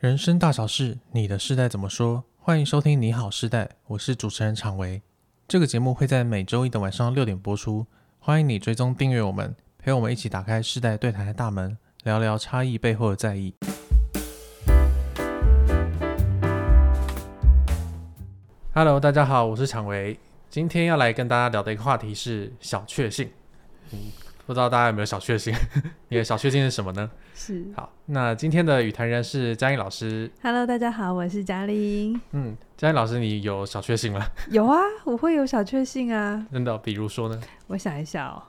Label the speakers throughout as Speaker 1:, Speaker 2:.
Speaker 1: 人生大小事，你的世代怎么说？欢迎收听《你好世代》，我是主持人常维。这个节目会在每周一的晚上六点播出，欢迎你追踪订阅我们，陪我们一起打开世代对谈的大门，聊聊差异背后的在意。Hello，大家好，我是常维，今天要来跟大家聊的一个话题是小确幸。不知道大家有没有小确幸？ 你的小确幸是什么呢？
Speaker 2: 是
Speaker 1: 好，那今天的语坛人是嘉颖老师。
Speaker 2: ，Hello，大家好，我是嘉玲。
Speaker 1: 嗯，嘉颖老师，你有小确幸吗？
Speaker 2: 有啊，我会有小确幸啊。
Speaker 1: 真的哦、比如说呢？
Speaker 2: 我想一下哦，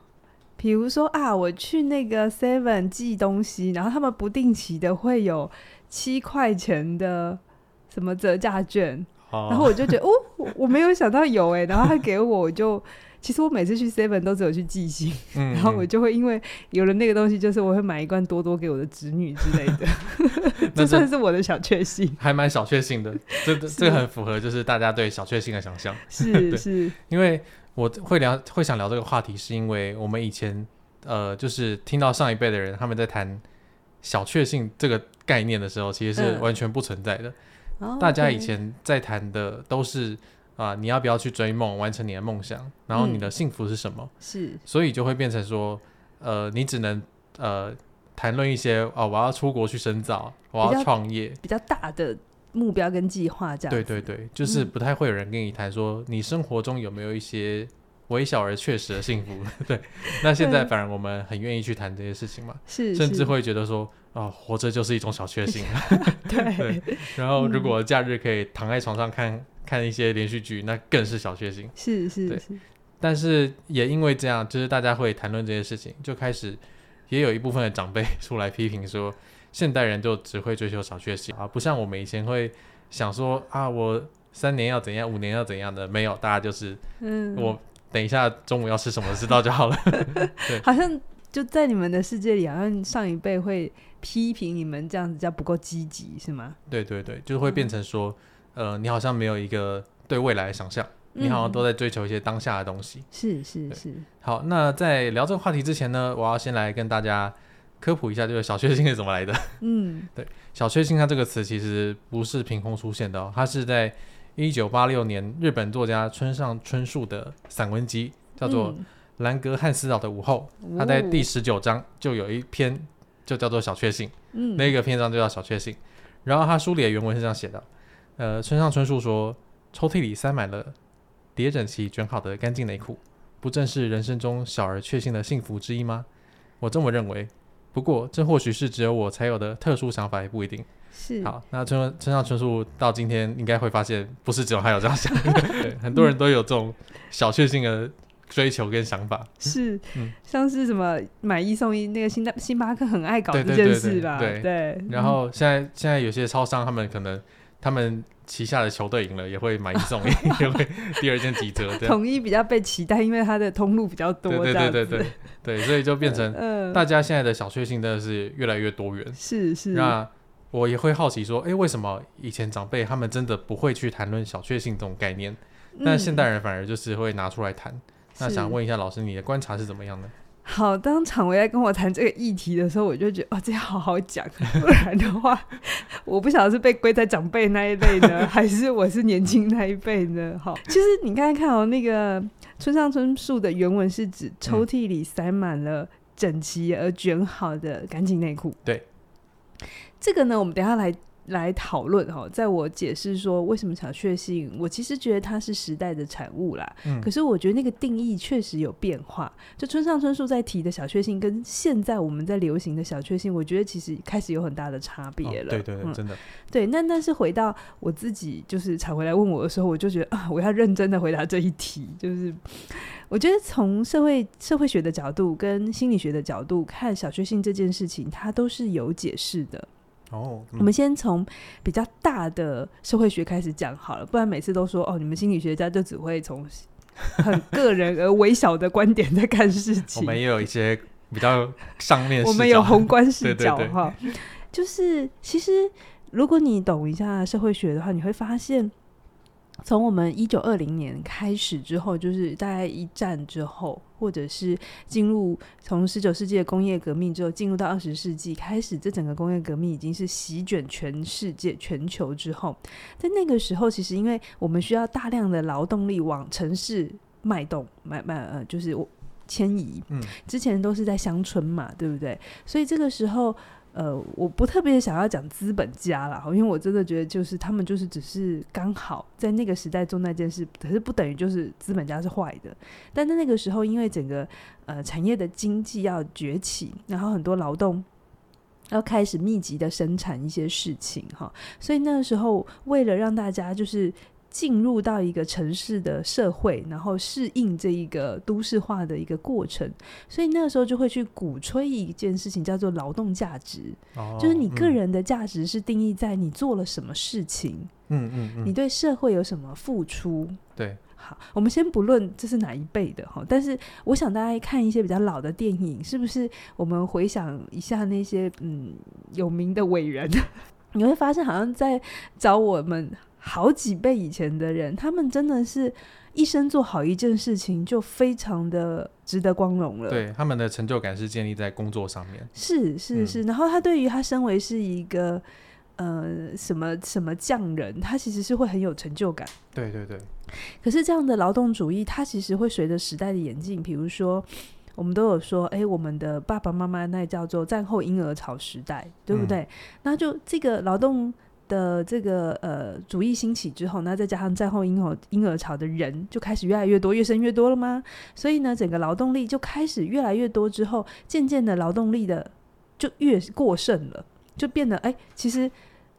Speaker 2: 比如说啊，我去那个 Seven 寄东西，然后他们不定期的会有七块钱的什么折价券，
Speaker 1: 哦，
Speaker 2: 然后我就 觉得哦，我我没有想到有哎，然后他给我，我就其实我每次去 Seven 都只有去寄信，
Speaker 1: 嗯，
Speaker 2: 然后我就会因为有了那个东西，就是我会买一罐多多给我的侄女之类的，
Speaker 1: 嗯 那
Speaker 2: 这算
Speaker 1: 这
Speaker 2: 是我的小确幸。
Speaker 1: 嗯还蛮小确幸的，这这
Speaker 2: 是
Speaker 1: 这个很符合就是大家对小确幸的想象。
Speaker 2: 是
Speaker 1: 对
Speaker 2: 是，
Speaker 1: 因为我会聊会想聊这个话题，是因为我们以前呃，就是听到上一辈的人他们在谈小确幸这个概念的时候，其实是
Speaker 2: 嗯
Speaker 1: 完全不存在的。
Speaker 2: 哦
Speaker 1: 大家以
Speaker 2: OK
Speaker 1: 前在谈的都是啊、你要不要去追梦，完成你的梦想，然后你
Speaker 2: 嗯
Speaker 1: 的幸福是什么？
Speaker 2: 是
Speaker 1: 所以就会变成说，呃，你只能呃谈论一些哦，我要出国去深造，我
Speaker 2: 比
Speaker 1: 要
Speaker 2: 较
Speaker 1: 创业，
Speaker 2: 比较大的目标跟计划这样。
Speaker 1: 对对，对，就是不太会有人跟你谈说、你生活中有没有一些微小而确实的幸福。 对，那现在
Speaker 2: 对
Speaker 1: 反而我们很愿意去谈这些事情嘛，
Speaker 2: 是
Speaker 1: 甚至
Speaker 2: 是
Speaker 1: 会觉得说。哦，活着就是一种小确 幸。对
Speaker 2: 对，
Speaker 1: 然后，如
Speaker 2: 嗯
Speaker 1: 果假日可以躺在床上看看一些连续剧，那更是小确幸。
Speaker 2: 是
Speaker 1: 对
Speaker 2: 是是，
Speaker 1: 但是也因为这样，就是大家会谈论这些事情，就开始也有一部分的长辈出来批评说，现代人就只会追求小确幸啊，不像我们以前会想说啊，我三年要怎样，五年要怎样的，没有，大家就是、
Speaker 2: 嗯，
Speaker 1: 我等一下中午要吃什么知道就好了。
Speaker 2: 好像就在你们的世界里，好像上一辈会批评你们这样子叫不够积极，是吗？
Speaker 1: 对对对，就会变成说，呃，你好像没有一个对未来的想象，你好像
Speaker 2: 嗯
Speaker 1: 都在追求一些当下的东西。
Speaker 2: 是是
Speaker 1: 对
Speaker 2: 是，
Speaker 1: 好，那在聊这个话题之前呢，我要先来跟大家科普一下，这个小确幸是怎么来的。
Speaker 2: 嗯，
Speaker 1: 小确幸它这个词其实不是凭空出现的、哦，它是在一九八六年日本作家村上春树的散文集叫做《兰格汉斯岛的午后》，
Speaker 2: 嗯
Speaker 1: 它在第
Speaker 2: 哦
Speaker 1: 十九章就有一篇就叫做小确幸，
Speaker 2: 嗯
Speaker 1: 那个篇章就叫小确幸。然后他书里的原文是这样写的：呃，村上春树说，抽屉里塞满了叠整齐卷好的干净内裤，不正是人生中小而确幸的幸福之一吗？我这么认为。不过，这或许是只有我才有的特殊想法，也不一定。
Speaker 2: 是
Speaker 1: 好，那村村上春树到今天应该会发现，不是只有他有这样想， 对，很多人都有这种小确幸的追求跟想法。
Speaker 2: 是
Speaker 1: 嗯
Speaker 2: 像是什么买一送一，那个星巴星巴克很爱搞
Speaker 1: 对
Speaker 2: 这
Speaker 1: 对
Speaker 2: 件
Speaker 1: 对对
Speaker 2: 事吧？
Speaker 1: 对
Speaker 2: 对，
Speaker 1: 然后现在现在有些超商，他们可能他们旗下的球队赢了，也会买一送一， 也会第二件几折，这样。
Speaker 2: 统一比较被期待，因为它的通路比较多，
Speaker 1: 对对
Speaker 2: 这
Speaker 1: 对
Speaker 2: 样
Speaker 1: 对
Speaker 2: 子，
Speaker 1: 对对，所以就变成
Speaker 2: 嗯，
Speaker 1: 大家现在的小确幸真的是越来越多元。
Speaker 2: 是是，
Speaker 1: 那我也会好奇说，诶，为什么以前长辈他们真的不会去谈论小确幸这种概念？那
Speaker 2: 嗯
Speaker 1: 现代人反而就是会拿出来谈。那
Speaker 2: 是
Speaker 1: 想问一下老师，你的观察是怎么样的？
Speaker 2: 好，当场维来跟我谈这个议题的时候，我就觉得哦，这要好好讲， 不然的话，我不晓得是被归在长辈那一类呢，还是我是年轻那一辈呢？哈，其实你刚才看哦，那个村上春树的原文是指抽
Speaker 1: 嗯
Speaker 2: 屉里塞满了整齐而卷好的干净内裤。
Speaker 1: 对，
Speaker 2: 这个呢，我们等一下来。来讨论哈，在我解释说为什么小确幸，我其实觉得它是时代的产物啦。
Speaker 1: 嗯
Speaker 2: 可是我觉得那个定义确实有变化。就村上春树在提的小确幸，跟现在我们在流行的小确幸，我觉得其实开始有很大的差别
Speaker 1: 哦
Speaker 2: 了、
Speaker 1: 对对对，
Speaker 2: 嗯
Speaker 1: 真的，
Speaker 2: 对。那但是回到我自己，就是才回来问我的时候，我就觉得啊，我要认真的回答这一题。就是我觉得从社会社会学的角度跟心理学的角度看小确幸这件事情，它都是有解释的。
Speaker 1: 哦，嗯
Speaker 2: 我们先从比较大的社会学开始讲好了，不然每次都说哦，你们心理学家就只会从很个人而微小的观点在看事
Speaker 1: 我
Speaker 2: 情。
Speaker 1: 们也有一些比较上面
Speaker 2: 我
Speaker 1: 视
Speaker 2: 们
Speaker 1: 角
Speaker 2: 有宏观视
Speaker 1: 对对
Speaker 2: 角
Speaker 1: 对
Speaker 2: 哈。就是其实如果你懂一下社会学的话，你会发现从我们一九二零年开始之后，就是大概一战之后，或者是进入从十九世纪的工业革命之后，进入到二十世纪开始，这整个工业革命已经是席卷全世界、全球之后，在那个时候，其实因为我们需要大量的劳动力往城市脉动、脉脉呃，就是我迁移，
Speaker 1: 嗯，
Speaker 2: 之前都是在乡村嘛，对不对？所以这个时候，呃，我不特别想要讲资本家啦，因为我真的觉得就是他们就是只是刚好在那个时代做那件事，可是不等于就是资本家是坏的。但在那个时候，因为整个呃产业的经济要崛起，然后很多劳动。要开始密集的生产一些事情哈，所以那个时候为了让大家就是进入到一个城市的社会，然后适应这一个都市化的一个过程，所以那个时候就会去鼓吹一件事情，叫做劳动价值，
Speaker 1: 哦
Speaker 2: 就是你个，人的价值是定义在你做了什么事情，
Speaker 1: 嗯嗯嗯
Speaker 2: 你
Speaker 1: 嗯，
Speaker 2: 对社会有什么付出。
Speaker 1: 对，
Speaker 2: 好，我们先不论这是哪一辈的哈，但是我想大家看一些比较老的电影，是不是？我们回想一下那些嗯有名的 伟人，你会发现好像在找我们好几辈以前的人，他们真的是一生做好一件事情就非常的值得光荣了。
Speaker 1: 对，他们的成就感是建立在工作上面，
Speaker 2: 是是是，然后他对于他身为是一个呃什么什么匠人，他其实是会很有成就感。
Speaker 1: 对对对，
Speaker 2: 可是这样的劳动主义，它其实会随着时代的演进，比如说。我们都有说，哎、我们的爸爸妈妈那叫做战后婴儿潮时代，对不对？那就这个劳动的这个呃主义兴起之后，那再加上战后婴儿婴儿潮的人就开始越来越多，越生越多了吗？所以呢，整个劳动力就开始越来越多之后，渐渐的劳动力的就越过剩了，就变得哎、其实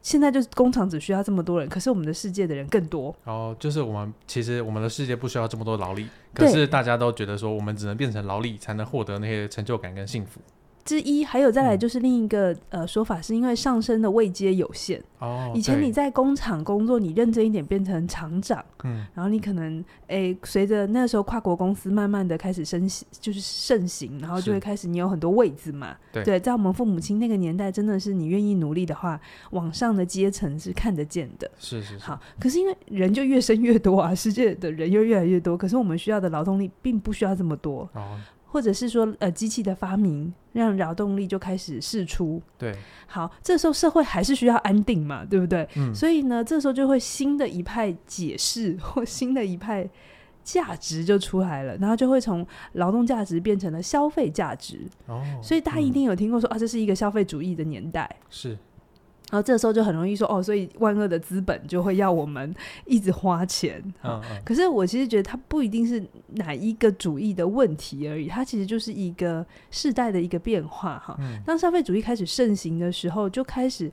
Speaker 2: 现在就是工厂只需要这么多人，可是我们的世界的人更多，
Speaker 1: 然后哦就是我们其实我们的世界不需要这么多劳力，
Speaker 2: 对
Speaker 1: 可是大家都觉得说我们只能变成劳力才能获得那些成就感跟幸福。
Speaker 2: 之一，还有再来
Speaker 1: 嗯
Speaker 2: 就是另一个、呃说法，是因为上升的位阶有限。
Speaker 1: 哦，
Speaker 2: 以前
Speaker 1: 对
Speaker 2: 你在工厂工作，你认真一点变成厂长，
Speaker 1: 嗯
Speaker 2: 然后你可能诶随着那时候跨国公司慢慢的开始盛行，就是盛行，然后
Speaker 1: 是
Speaker 2: 就会开始你有很多位子嘛。
Speaker 1: 对
Speaker 2: 在我们父母亲那个年代，真的是你愿意努力的话，往上的阶层是看得见的。
Speaker 1: 是是是，
Speaker 2: 好，可是因为人就越生越多啊，世界的人又越来越多，可是我们需要的劳动力并不需要这么多。
Speaker 1: 哦，
Speaker 2: 或者是说，呃，机器的发明让劳动力就开始释出。
Speaker 1: 对，
Speaker 2: 好，这时候社会还是需要安定嘛，对不对？
Speaker 1: 嗯，
Speaker 2: 所以呢，这时候就会新的一派解释或新的一派价值就出来了，然后就会从劳动价值变成了消费价值。
Speaker 1: 哦，
Speaker 2: 所以大家一定有听过说、啊，这是一个消费主义的年代。
Speaker 1: 嗯是
Speaker 2: 然后这时候就很容易说哦，所以万恶的资本就会要我们一直花钱。
Speaker 1: 嗯嗯
Speaker 2: 可是我其实觉得它不一定是哪一个主义的问题而已，它其实就是一个世代的一个变化哈。
Speaker 1: 嗯
Speaker 2: 当消费主义开始盛行的时候，就开始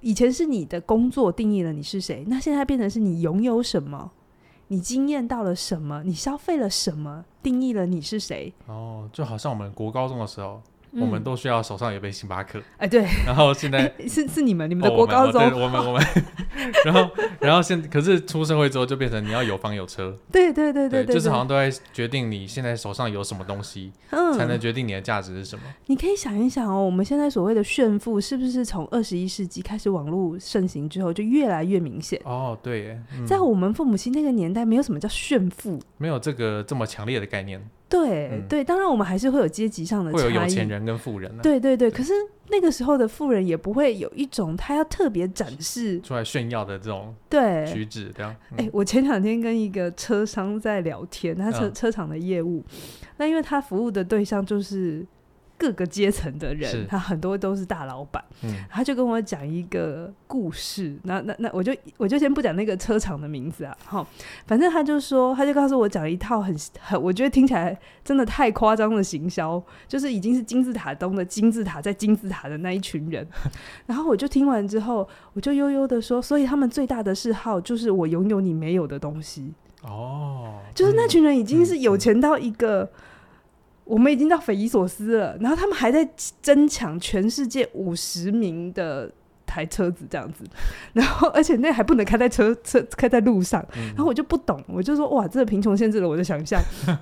Speaker 2: 以前是你的工作定义了你是谁，那现在变成是你拥有什么，你经验到了什么，你消费了什么，定义了你是谁。
Speaker 1: 哦，就好像我们国高中的时候，我们
Speaker 2: 嗯
Speaker 1: 都需要手上有杯星巴克，
Speaker 2: 哎对，
Speaker 1: 然后现在
Speaker 2: 是是你 们你
Speaker 1: 你
Speaker 2: 们的国高中、
Speaker 1: 我们我哦们，然后然后现可是出社会之后就变成你要有房有车，
Speaker 2: 对对对对，
Speaker 1: 就是好像都在决定你现在手上有什么东西，
Speaker 2: 嗯
Speaker 1: 才能决定你的价值是什么。
Speaker 2: 你可以想一想哦，我们现在所谓的炫富，是不是从二十一世纪开始网络盛行之后就越来越明显？
Speaker 1: 哦，对耶，嗯
Speaker 2: 在我们父母亲那个年代，没有什么叫炫富。
Speaker 1: 没有这个这么强烈的概念，
Speaker 2: 对、
Speaker 1: 嗯
Speaker 2: 对，当然我们还是会有阶级上的
Speaker 1: 会有有
Speaker 2: 呃差
Speaker 1: 钱
Speaker 2: 异。
Speaker 1: 人跟富人呢，啊
Speaker 2: 对对对，可是那个时候的富人也不会有一种他要特别展示。
Speaker 1: 出来炫耀的这种
Speaker 2: 对，
Speaker 1: 举止，这样。
Speaker 2: 哎、
Speaker 1: 嗯
Speaker 2: 我前两天跟一个车商在聊天，他车、
Speaker 1: 嗯
Speaker 2: 车厂的业务，那因为他服务的对象就是各个阶层的
Speaker 1: 是
Speaker 2: 人，他很多都是大老板。
Speaker 1: 嗯，
Speaker 2: 他就跟我讲一个故事，那那那我就我就先不讲那个车厂的名字啊，哈，反正他就说，他就告诉我讲一套很很，我觉得听起来真的太夸张的行销，就是已经是金字塔中的金字塔在金字塔的那一群人，然后我就听完之后，我就悠悠的说，所以他们最大的嗜好就是我拥有你没有的东西，
Speaker 1: 哦，
Speaker 2: 就是那群人已经
Speaker 1: 嗯
Speaker 2: 是有钱到一个，我们已经到匪夷所思了。然后他们还在争抢全世界五十名的台车子这样子，然后而且那还不能开在车车开在路上。
Speaker 1: 嗯，
Speaker 2: 然后我就不懂，我就说哇，这个贫穷限制了我的想象。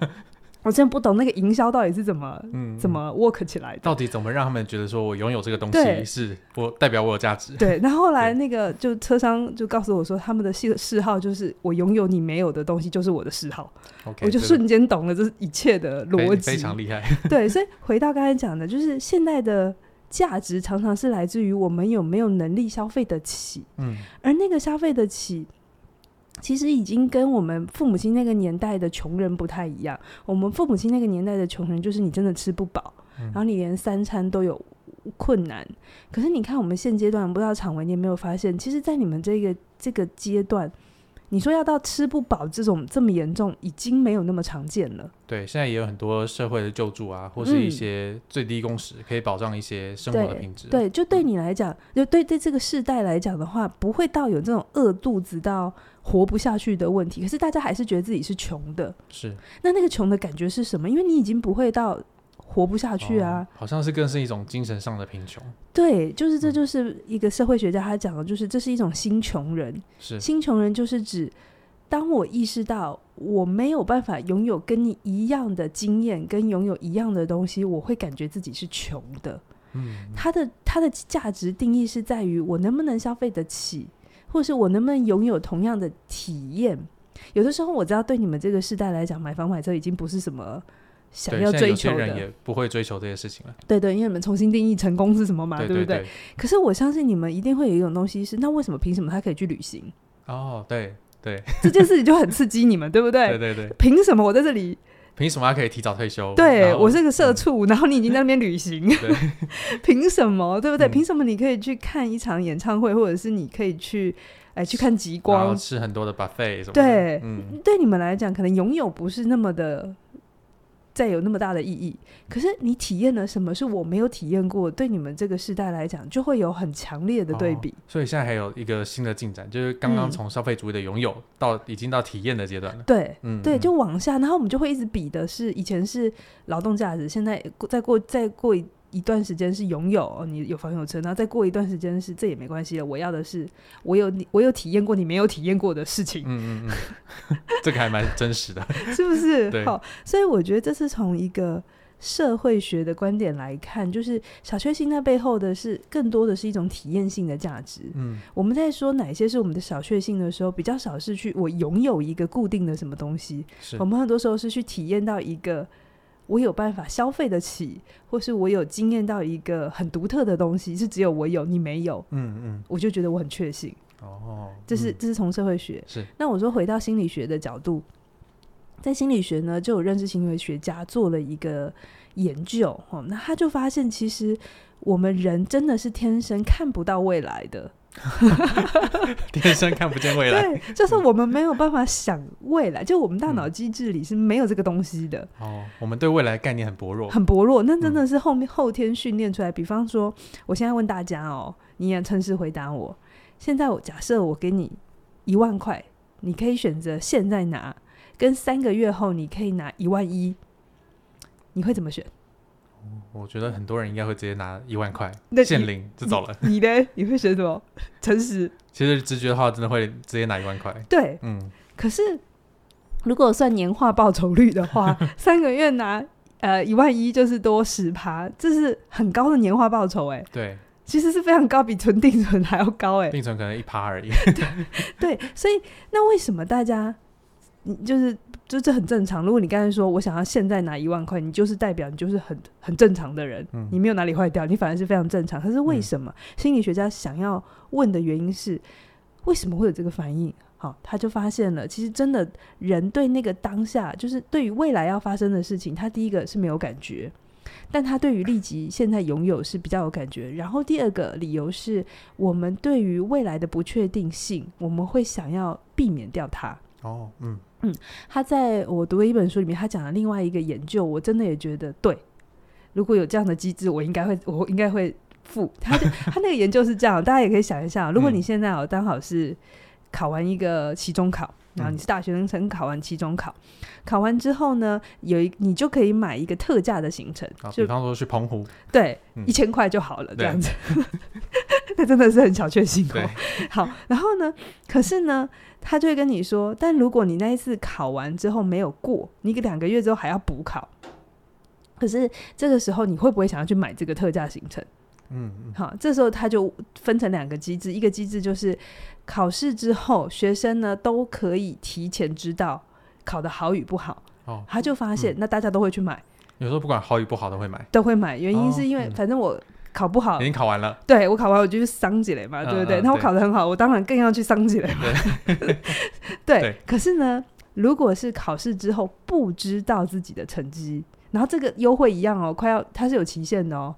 Speaker 2: 我真的不懂那个营销到底是怎么
Speaker 1: 嗯，
Speaker 2: 怎么 work 起来的。
Speaker 1: 到底怎么让他们觉得说我拥有这个东西
Speaker 2: 对
Speaker 1: 是我代表我有价值？
Speaker 2: 对，那后来
Speaker 1: 对
Speaker 2: 那个就车商就告诉我说，他们的嗜嗜好就是我拥有你没有的东西就是我的嗜好，
Speaker 1: ，OK，
Speaker 2: 我
Speaker 1: 这
Speaker 2: 就
Speaker 1: 个
Speaker 2: 瞬间懂了这一切的
Speaker 1: 非
Speaker 2: 逻辑，
Speaker 1: 非常厉害。
Speaker 2: 对，所以回到刚才讲的，就是现代的价值常常是来自于我们有没有能力消费得起，
Speaker 1: 嗯，
Speaker 2: 而那个消费得起。其实已经跟我们父母亲那个年代的穷人不太一样。我们父母亲那个年代的穷人，就是你真的吃不饱，
Speaker 1: 嗯
Speaker 2: 然后你连三餐都有困难。可是你看，我们现阶段，不知道厂文你有没有发现，其实，在你们这个这个阶段，你说要到吃不饱这种这么严重，已经没有那么常见了。
Speaker 1: 对，现在也有很多社会的救助啊，或是一
Speaker 2: 嗯
Speaker 1: 些最低工时，可以保障一些生活的品质。，
Speaker 2: 对，就对你来讲，就对对这个世代来讲的话，不会到有这种饿肚子到活不下去的问题。可是大家还是觉得自己是穷的，
Speaker 1: 是
Speaker 2: 那那个穷的感觉是什么？因为你已经不会到活不下去啊。
Speaker 1: 哦好像是更是一种精神上的贫穷。
Speaker 2: 对，就是
Speaker 1: 嗯
Speaker 2: 这就是一个社会学家他讲的，就是这是一种新穷人。
Speaker 1: 是，
Speaker 2: 新穷人就是指，当我意识到我没有办法拥有跟你一样的经验，跟拥有一样的东西，我会感觉自己是穷的。
Speaker 1: 嗯，
Speaker 2: 它的它的价值定义是在于我能不能消费得起，或是我能不能拥有同样的体验。有的时候我知道，对你们这个时代来讲，买房买车已经不是什么想
Speaker 1: 对，
Speaker 2: 要
Speaker 1: 现在
Speaker 2: 追
Speaker 1: 有些
Speaker 2: 求
Speaker 1: 人
Speaker 2: 的，
Speaker 1: 也不会追求这些事情了。
Speaker 2: 对对，因为你们重新定义成功是什么嘛，
Speaker 1: 对
Speaker 2: 不
Speaker 1: 对？
Speaker 2: 可是我相信你们一定会有一种东西是，那为什么凭什么他可以去旅行？
Speaker 1: 哦，对对
Speaker 2: 这件事情就很刺激你们，对不对？
Speaker 1: 对对对，
Speaker 2: 凭什么我在这里？
Speaker 1: 凭什么他可以提早退休？
Speaker 2: 对
Speaker 1: 然后嗯
Speaker 2: 我是个社畜，然后你已经在那边旅行， 凭什么？对不对？
Speaker 1: 嗯
Speaker 2: 凭什么你可以去看一场演唱会，或者是你可以去哎去看极
Speaker 1: 然后
Speaker 2: 光？
Speaker 1: 吃很多的 buffet 什么的。
Speaker 2: 对
Speaker 1: 嗯，
Speaker 2: 对你们来讲，可能拥有不是那么的再有那么大的意义。可是你体验了什么是我没有体验过，对你们这个时代来讲，就会有很强烈的对比。
Speaker 1: 哦所以现在还有一个新的进展，就是刚刚
Speaker 2: 嗯
Speaker 1: 从消费主义的拥有到已经到体验的阶段了。
Speaker 2: 对。
Speaker 1: 嗯，
Speaker 2: 对，
Speaker 1: 嗯
Speaker 2: 就往下，然后我们就会一直比的是，以前是劳动价值，现在过再过再过一一段时间是拥有，哦你有房有车，然后再过一段时间是这也没关系了，我要的是我有你我有体验过你没有体验过的事情，
Speaker 1: 嗯嗯嗯， 这个还蛮真实的。
Speaker 2: 是不
Speaker 1: 嗯 对
Speaker 2: 是？好，所以我觉得这是从一个社会学的观点来看，就是小确幸那背后的是更多的是一种体验性的价值。
Speaker 1: 嗯，
Speaker 2: 我们在说哪些是我们的小确幸的时候，比较少是去我拥有一个固定的什么东西，
Speaker 1: 是
Speaker 2: 我们很多时候是去体验到一个我有办法消费得起，或是我有经验到一个很独特的东西，是只有我有你没有，
Speaker 1: 嗯嗯，
Speaker 2: 我就觉得我很确幸。
Speaker 1: 哦，
Speaker 2: 这是、
Speaker 1: 嗯
Speaker 2: 这是从社会学。
Speaker 1: 是
Speaker 2: 那我说回到心理学的角度，在心理学呢，就有认知行为学家做了一个研究，哦，那他就发现其实我们人真的是天生看不到未来的，
Speaker 1: 天生看不见未来。嗯
Speaker 2: 对，就是我们没有办法想未来，就我们大脑机制里是没有这个东西的。
Speaker 1: 哦，我们对未来概念很薄弱。
Speaker 2: 很薄弱，那真的是后面后天训练出来。比方说，我现在问大家哦，你也诚实回答我。现在我假设我给你一万块，你可以选择现在拿，跟三个月后你可以拿一万一，你会怎么选？
Speaker 1: 我觉得很多人应该会直接拿一万块
Speaker 2: 那你
Speaker 1: 现领就走了。
Speaker 2: 你呢？你会选什么？诚实。
Speaker 1: 其实直觉的话，真的会直接拿一万块。
Speaker 2: 对，
Speaker 1: 嗯，
Speaker 2: 可是如果算年化报酬率的 话，三个月拿呃一万一就是多十趴，这是很高的年化报酬哎、
Speaker 1: 对，
Speaker 2: 其实是非常高，比存定存还要高哎、
Speaker 1: 并存可能一趴而 已。
Speaker 2: 对，所以那为什么大家，你就是就这很正常？如果你刚才说我想要现在拿一万块，你就是代表你就是很很正常的人，
Speaker 1: 嗯
Speaker 2: 你没有哪里坏掉，你反而是非常正常。可是为
Speaker 1: 嗯
Speaker 2: 什么、心理学家想要问的原因是为什么会有这个反应？好，他就发现了，其实真的人对那个当下，就是对于未来要发生的事情，他第一个是没有感觉，但他对于立即现在拥有是比较有感觉。然后第二个理由是我们对于未来的不确定性，我们会想要避免掉它。
Speaker 1: 哦，嗯，
Speaker 2: 他在我读的一本书里面，他讲了另外一个研究，我真的也觉得对。如果有这样的机制，我应该会，我应该会付。他就他那个研究是这样，大家也可以想一下，如果你
Speaker 1: 嗯
Speaker 2: 现在哦，刚好是考完一个期中考，然后
Speaker 1: 嗯
Speaker 2: 你是大学生，考完期中考，考完之后呢，有一你就可以买一个特价的行程
Speaker 1: 好，，
Speaker 2: 就
Speaker 1: 比方说去澎湖，
Speaker 2: 对
Speaker 1: 啊嗯，
Speaker 2: 一千块就好了，这
Speaker 1: 对
Speaker 2: 样子。 那真的是很小确幸哦
Speaker 1: 对。，
Speaker 2: 好，然后呢，可是呢，他就会跟你说，但如果你那一次考完之后没有过，你两个月之后还要补考。可是这个时候，你会不会想要去买这个特价行程？
Speaker 1: 嗯嗯
Speaker 2: 好，这时候他就分成两个机制，一个机制就是考试之后，学生呢都可以提前知道考的好与不好，
Speaker 1: 哦，
Speaker 2: 他就发现、
Speaker 1: 嗯
Speaker 2: 那大家都会去买，
Speaker 1: 有时候不管好与不好都会买，
Speaker 2: 都会买，原因是因为
Speaker 1: 哦嗯
Speaker 2: 反正我考不好
Speaker 1: 已，经考完了，
Speaker 2: 对我考完我就去桑几雷嘛，
Speaker 1: 嗯
Speaker 2: 对不对？
Speaker 1: 嗯
Speaker 2: 那我
Speaker 1: 对
Speaker 2: 考得很好，我当然更要去桑几雷嘛。 对，
Speaker 1: 对
Speaker 2: 可是呢，如果是考试之后不知道自己的成绩，然后这个优惠一样哦，快要它是有期限的哦。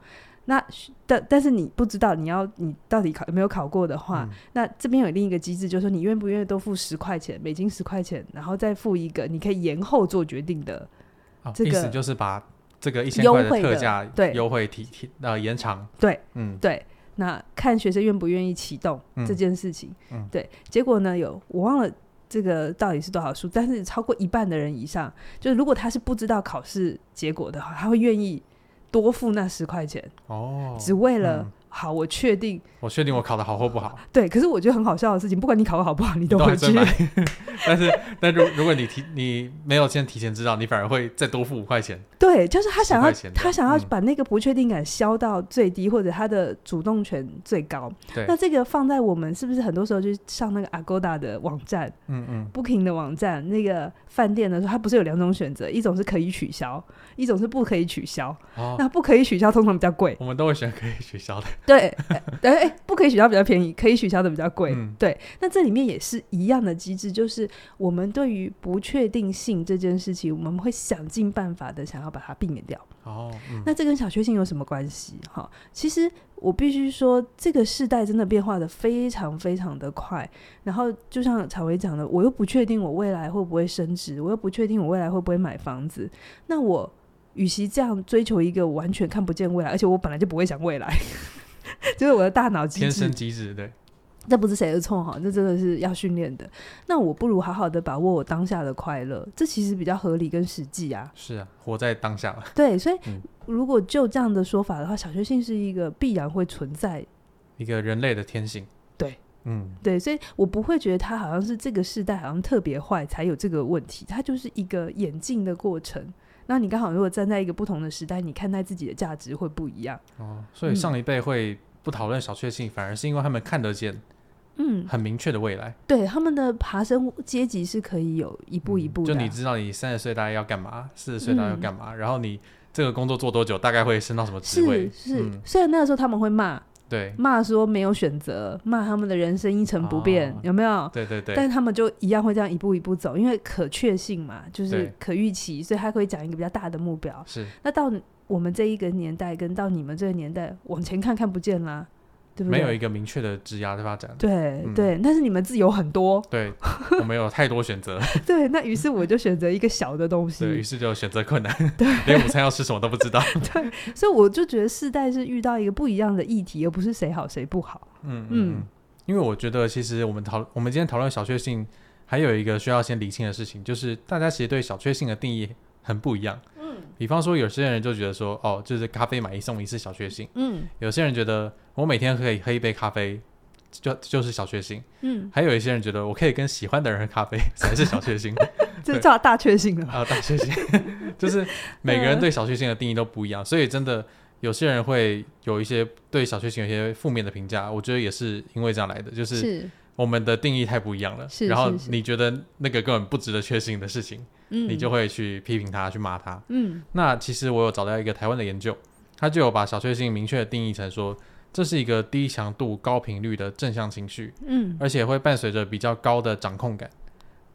Speaker 2: 那但但是你不知道你要你到底考有没有考过的话，
Speaker 1: 嗯
Speaker 2: 那这边有另一个机制，就是说你愿不愿意多付十块钱，美金十块钱，然后再付一个你可以延后做决定的
Speaker 1: 哦
Speaker 2: 这
Speaker 1: 意
Speaker 2: 个
Speaker 1: 思就是把这个一千
Speaker 2: 优
Speaker 1: 块的
Speaker 2: 惠
Speaker 1: 特
Speaker 2: 的
Speaker 1: 价
Speaker 2: 对
Speaker 1: 优惠提提呃延长，
Speaker 2: 对，
Speaker 1: 嗯，
Speaker 2: 对，那看学生愿不愿意启动
Speaker 1: 嗯
Speaker 2: 这件事情。
Speaker 1: 嗯
Speaker 2: 对，结果呢，有我忘了这个到底是多少数，但是超过一半的人以上，就是如果他是不知道考试结果的话，他会愿意多付那十块钱，
Speaker 1: 哦，
Speaker 2: 只为了、
Speaker 1: 嗯
Speaker 2: 好，我确定
Speaker 1: 我确定我考的好或不好，
Speaker 2: 对。可是我觉得很好笑的事情，不管你考得好不好，你
Speaker 1: 你都
Speaker 2: 会
Speaker 1: 还
Speaker 2: 去
Speaker 1: 真。买， 但是但如如果你提你没有先提前知道，你反而会再多付五块钱，
Speaker 2: 对，就是他想
Speaker 1: 10块
Speaker 2: 要
Speaker 1: 钱的
Speaker 2: 他想要
Speaker 1: 嗯
Speaker 2: 把那个不确定感消到最低，或者他的主动权最高。
Speaker 1: 对，
Speaker 2: 那这个放在我们是不是很多时候就上那个 Agoda 的网站，
Speaker 1: 嗯嗯，
Speaker 2: Booking 的网站那个饭店的时候，它不是有两种选择，一种是可以取消，一种是不可以取消。
Speaker 1: 哦，
Speaker 2: 那不可以取消通常比较 贵，
Speaker 1: 我们都会选可以取消的，
Speaker 2: 对，哎、哎哎不可以取消比较便宜，可以取消的比较贵。
Speaker 1: 嗯
Speaker 2: 对，那这里面也是一样的机制，就是我们对于不确定性这件事情，我们会想尽办法的想要把它避免掉。
Speaker 1: 哦，嗯
Speaker 2: 那这跟小确幸有什么关系？哈，其实我必须说，这个世代真的变化的非常非常的快。然后就像常伟讲的，我又不确定我未来会不会升职，我又不确定我未来会不会买房子。那我与其这样追求一个我完全看不见未来，而且 我本来就不会想未来，就是我的大脑机
Speaker 1: 天
Speaker 2: 制
Speaker 1: 生机智，对，
Speaker 2: 这不是谁的错哈，这真的是要训练的。那我不如好好的把握我当下的快乐，这其实比较合理跟实际啊。
Speaker 1: 是啊，活在当下了，
Speaker 2: 对，所以
Speaker 1: 嗯
Speaker 2: 如果就这样的说法的话，小确幸是一个必然会存在。
Speaker 1: 一个人类的天性，
Speaker 2: 对，
Speaker 1: 嗯，
Speaker 2: 对，所以我不会觉得它好像是这个世代好像特别坏才有这个问题，它就是一个演进的过程。那你刚好如果站在一个不同的时代，你看待自己的价值会不一样。
Speaker 1: 哦，所以上一辈会不讨论小确幸，反而是因为他们看得见
Speaker 2: 嗯，
Speaker 1: 很明确的未来，
Speaker 2: 对，他们的爬升阶级是可以有一步一步
Speaker 1: 嗯
Speaker 2: 的嗯
Speaker 1: 就
Speaker 2: 啊、
Speaker 1: 你知道你三十岁大概要干嘛，四十岁大概要干嘛，然后你这个工作做多久，大概会升到什么职位
Speaker 2: 是，是、
Speaker 1: 嗯
Speaker 2: 虽然那个时候他们会骂
Speaker 1: 对，
Speaker 2: 骂说没有选择，骂他们的人生一成不变，
Speaker 1: 哦
Speaker 2: 有没有？
Speaker 1: 对对对，
Speaker 2: 但他们就一样会这样一步一步走，因为可确信嘛，就是
Speaker 1: 对
Speaker 2: 可预期，所以他会讲一个比较大的目标。
Speaker 1: 是，
Speaker 2: 那到我们这一个年代，跟到你们这个年代往前看看不见啦，对不对？
Speaker 1: 没有一个明确的职涯的发展，
Speaker 2: 对、
Speaker 1: 嗯
Speaker 2: 对，但是你们自由很多，
Speaker 1: 对，我们有太多选择，
Speaker 2: 对。那于是我就选择一个小的东
Speaker 1: 对于
Speaker 2: 西，
Speaker 1: 是就选择困难，连午餐要吃什么都不知道，
Speaker 2: 所以我就觉得世代是遇到一个不一样的议题，而不是谁好谁不好。
Speaker 1: 嗯嗯
Speaker 2: 嗯
Speaker 1: 嗯，因为我觉得其实我们讨我们今天讨论小确幸，还有一个需要先理清的事情，就是大家其实对小确幸的定义很不一样。嗯，比方说有些人就觉得说，哦，就是咖啡买一送一是小确幸；
Speaker 2: 嗯
Speaker 1: 有些人觉得我每天可以喝一杯咖啡。就就是小确幸，
Speaker 2: 嗯，
Speaker 1: 还有一些人觉得我可以跟喜欢的人喝咖啡 才是小确幸
Speaker 2: 这
Speaker 1: 对
Speaker 2: 叫大确幸了吧？
Speaker 1: 啊，大确幸， 就是每个人对小确幸的定义都不一样，所以真的有些人会有一些对小确幸有一些负面的评价，我觉得也是因为这样来的，就是
Speaker 2: 是，
Speaker 1: 我们的定义太不一样了，
Speaker 2: 是
Speaker 1: 然后
Speaker 2: 是是
Speaker 1: 你觉得那个根本不值得确信的事情，
Speaker 2: 嗯，
Speaker 1: 你就会去批评他，去骂他。
Speaker 2: 嗯
Speaker 1: 那其实我有找到一个台湾的研究，他就有把小确幸明确地定义成说，这是一个低强度、高频率的正向情绪，
Speaker 2: 嗯，
Speaker 1: 而且会伴随着比较高的掌控感。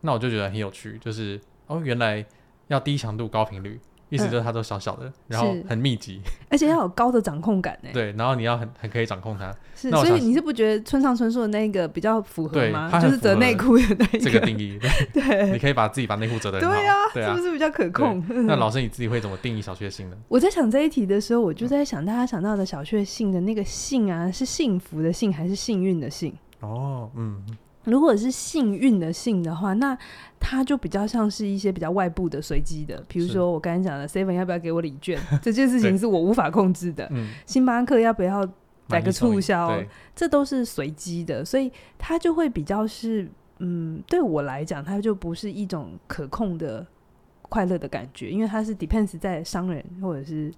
Speaker 1: 那我就觉得很有趣，就是哦，原来要低强度、高频率，意思就是它都小小
Speaker 2: 嗯
Speaker 1: 的，然后很密集，
Speaker 2: 而且要有高的掌控感呢、
Speaker 1: 对，然后你要很很可以掌控 它
Speaker 2: 是，
Speaker 1: 那我
Speaker 2: 所以
Speaker 1: 想
Speaker 2: 你是不觉得村上春树的那个比较符合
Speaker 1: 对
Speaker 2: 吗？
Speaker 1: 它
Speaker 2: 就
Speaker 1: 很
Speaker 2: 是折
Speaker 1: 符合
Speaker 2: 内裤的那一
Speaker 1: 这个定义， 对，你
Speaker 2: 对
Speaker 1: 可以把自己把内裤折得很好，
Speaker 2: 对啊，
Speaker 1: 对
Speaker 2: 是
Speaker 1: 啊
Speaker 2: 不。是比较可控？
Speaker 1: 那老师你自己会怎么定义小确幸呢？
Speaker 2: 我在想这一题的时候，我
Speaker 1: 嗯
Speaker 2: 就在想，大家想到的小确幸的那个幸啊，是幸福的幸还是幸运的幸？
Speaker 1: 哦，嗯，
Speaker 2: 如果是幸运的幸的话，那它就比较像是一些比较外部的随机的，比如
Speaker 1: 是
Speaker 2: 说我 刚才讲的 Seven 要不要给我礼券，这件事情
Speaker 1: 对
Speaker 2: 是我无法控制的；
Speaker 1: 嗯，
Speaker 2: 星巴克要不要宰个促销，呃
Speaker 1: 对，
Speaker 2: 这都是随机的，所以它就会比较是，嗯，对我来讲，它就不是一种可控的快乐的感觉，因为它是 depends 在商人或者是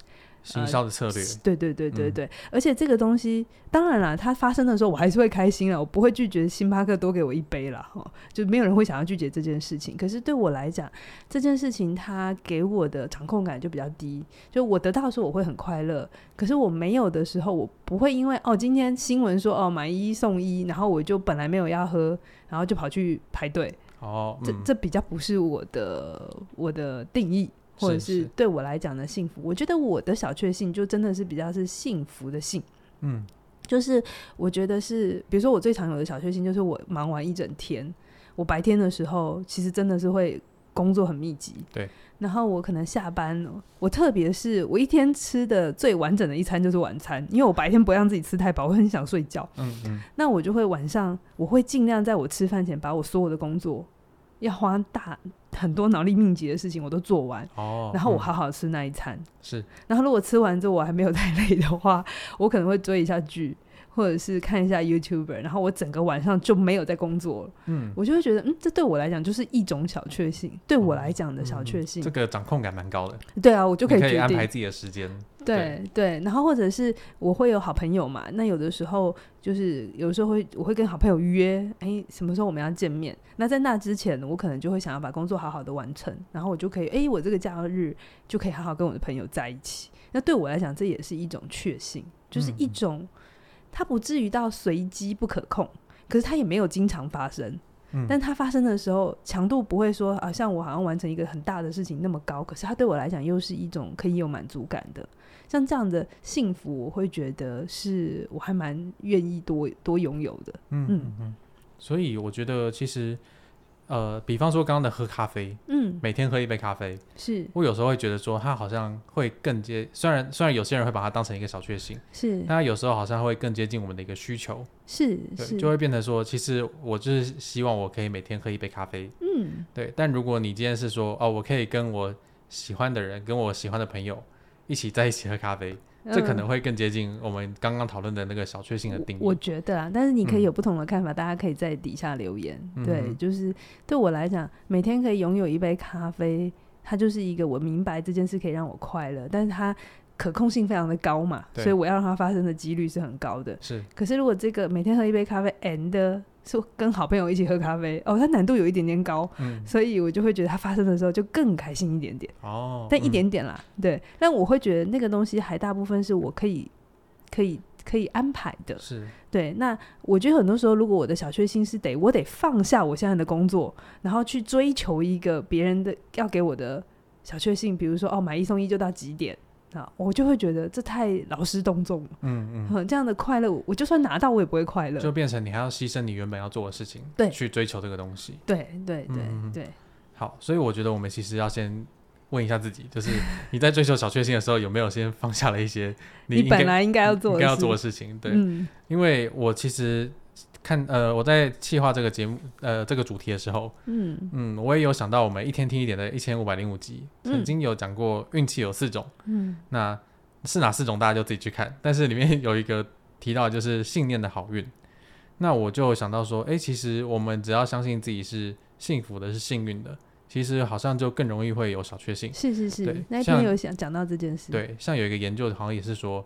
Speaker 1: 行销的策略，
Speaker 2: 对对对对
Speaker 1: 嗯
Speaker 2: 对，而且这个东西，当然啦，它发生的时候我还是会开心啦，我不会拒绝星巴克多给我一杯啦，哈，就没有人会想要拒绝这件事情。可是对我来讲，这件事情它给我的掌控感就比较低，就我得到的时候我会很快乐，可是我没有的时候，我不会因为哦，今天新闻说哦买一送一，然后我就本来没有要喝，然后就跑去排队，
Speaker 1: 哦，
Speaker 2: 这
Speaker 1: 嗯
Speaker 2: 这比较不是我的我的定义，或者
Speaker 1: 是
Speaker 2: 是
Speaker 1: 是
Speaker 2: 对我来讲的幸福。我觉得我的小确幸就真的是比较是幸福的幸，
Speaker 1: 嗯，
Speaker 2: 就是我觉得是，比如说我最常有的小确幸就是我忙完一整天，我白天的时候其实真的是会工作很密集，
Speaker 1: 对。
Speaker 2: 然后我可能下班，哦我特别是我一天吃的最完整的一餐就是晚餐，因为我白天不会让自己吃太饱，我很想睡觉。
Speaker 1: 嗯嗯，
Speaker 2: 那我就会晚上，我会尽量在我吃饭前把我所有的工作要花大很多脑力密集的事情我都做完，
Speaker 1: 哦，
Speaker 2: 然后我
Speaker 1: 嗯
Speaker 2: 好好吃那一餐。
Speaker 1: 是
Speaker 2: 然后如果吃完之后我还没有太 累的话，我可能会追一下剧，或者是看一下 YouTuber，然后我整个晚上就没有在工作了。
Speaker 1: 嗯，
Speaker 2: 我就会觉得，嗯，这对我来讲就是一种小确幸，对我
Speaker 1: 哦
Speaker 2: 来讲的小
Speaker 1: 嗯
Speaker 2: 确幸。
Speaker 1: 这个掌控感蛮高的，
Speaker 2: 对啊，我就
Speaker 1: 就
Speaker 2: 可以
Speaker 1: 可以
Speaker 2: 决
Speaker 1: 安
Speaker 2: 定
Speaker 1: 排自己的时间，
Speaker 2: 对对，然后或者是我会有好朋友嘛，那有的时候就是有时候会我会跟好朋友约，哎，什么时候我们要见面？那在那之前，我可能就会想要把工作好好的完成，然后我就可以，哎，我这个假日就可以好好跟我的朋友在一起。那对我来讲，这也是一种确幸，就是
Speaker 1: 嗯
Speaker 2: 一
Speaker 1: 嗯
Speaker 2: 种、它不至于到随机不可控，可是它也没有经常发生。
Speaker 1: 嗯
Speaker 2: 但它发生的时候，强度不会说啊，像我好像完成一个很大的事情那么高，可是它对我来讲又是一种可以有满足感的。像这样的幸福，我会觉得是我还蛮愿意多多拥有的。
Speaker 1: 嗯
Speaker 2: 嗯
Speaker 1: 嗯嗯，所以我觉得其实，呃，比方说刚刚的喝咖啡，
Speaker 2: 嗯，
Speaker 1: 每天喝一杯咖啡，
Speaker 2: 是
Speaker 1: 我有时候会觉得说，它好像会更接，虽然虽然有些人会把它当成一个小确幸，
Speaker 2: 是
Speaker 1: 但它有时候好像会更接近我们的一个需求，
Speaker 2: 是
Speaker 1: 对，
Speaker 2: 是，
Speaker 1: 就会变成说，其实我就是希望我可以每天喝一杯咖啡，
Speaker 2: 嗯
Speaker 1: 对。但如果你今天是说，哦，我可以跟我喜欢的人，跟我喜欢的朋友一起在一起喝咖啡，这可能
Speaker 2: 嗯
Speaker 1: 会更接近我们刚刚讨论的那个小确幸的定义。
Speaker 2: 我我觉得啊，但是你可以
Speaker 1: 嗯
Speaker 2: 有不同的看法，大家可以在底下留言。
Speaker 1: 嗯
Speaker 2: 对，
Speaker 1: 哼
Speaker 2: 就是对我来讲，每天可以拥有一杯咖啡，它就是一个我明白这件事可以让我快乐，但是它可控性非常的高嘛，
Speaker 1: 对
Speaker 2: 所以我要让它发生的几率是很高的。
Speaker 1: 是，
Speaker 2: 可是如果这个每天喝一杯咖啡，and 是跟好朋友一起喝咖啡，哦，它难度有一点点高，
Speaker 1: 嗯，
Speaker 2: 所以我就会觉得它发生的时候就更开心一点点。
Speaker 1: 哦，
Speaker 2: 但
Speaker 1: 嗯
Speaker 2: 一点点啦，对。但我会觉得那个东西还大部分是我可以、可以、可以安排的。
Speaker 1: 是，
Speaker 2: 对，那我觉得很多时候，如果我的小确幸是得我得放下我现在的工作，然后去追求一个别人的要给我的小确幸，比如说哦买一送一就到几点啊，我就会觉得这太劳师动众了。
Speaker 1: 嗯嗯，
Speaker 2: 哼这样的快乐，我我就算拿到我也不会快乐。
Speaker 1: 就变成你还要牺牲你原本要做的事情，
Speaker 2: 对
Speaker 1: 去追求这个东西。
Speaker 2: 对对
Speaker 1: 嗯
Speaker 2: 对
Speaker 1: 嗯嗯
Speaker 2: 对，
Speaker 1: 好，所以我觉得我们其实要先问一下自己，就是你在追求小确幸的时候，有没有先放下了一些
Speaker 2: 你
Speaker 1: 应该
Speaker 2: 本来应该要做
Speaker 1: 应
Speaker 2: 的
Speaker 1: 该
Speaker 2: 事，
Speaker 1: 要做的事情？对，
Speaker 2: 嗯
Speaker 1: 因为我其实看呃我在企划这个节目呃这个主题的时候，
Speaker 2: 嗯
Speaker 1: 嗯，我也有想到我们一天听一点的一千五百零五集，
Speaker 2: 嗯
Speaker 1: 曾经有讲过运气有四种，
Speaker 2: 嗯
Speaker 1: 那是哪四种大家就自己去看，但是里面有一个提到就是信念的好运，那我就想到说，诶，其实我们只要相信自己是幸福的，是幸运的，其实好像就更容易会有小确幸。
Speaker 2: 是是是
Speaker 1: 对，
Speaker 2: 那一
Speaker 1: 像
Speaker 2: 天有想讲到这件事，
Speaker 1: 对，像有一个研究好像也是说，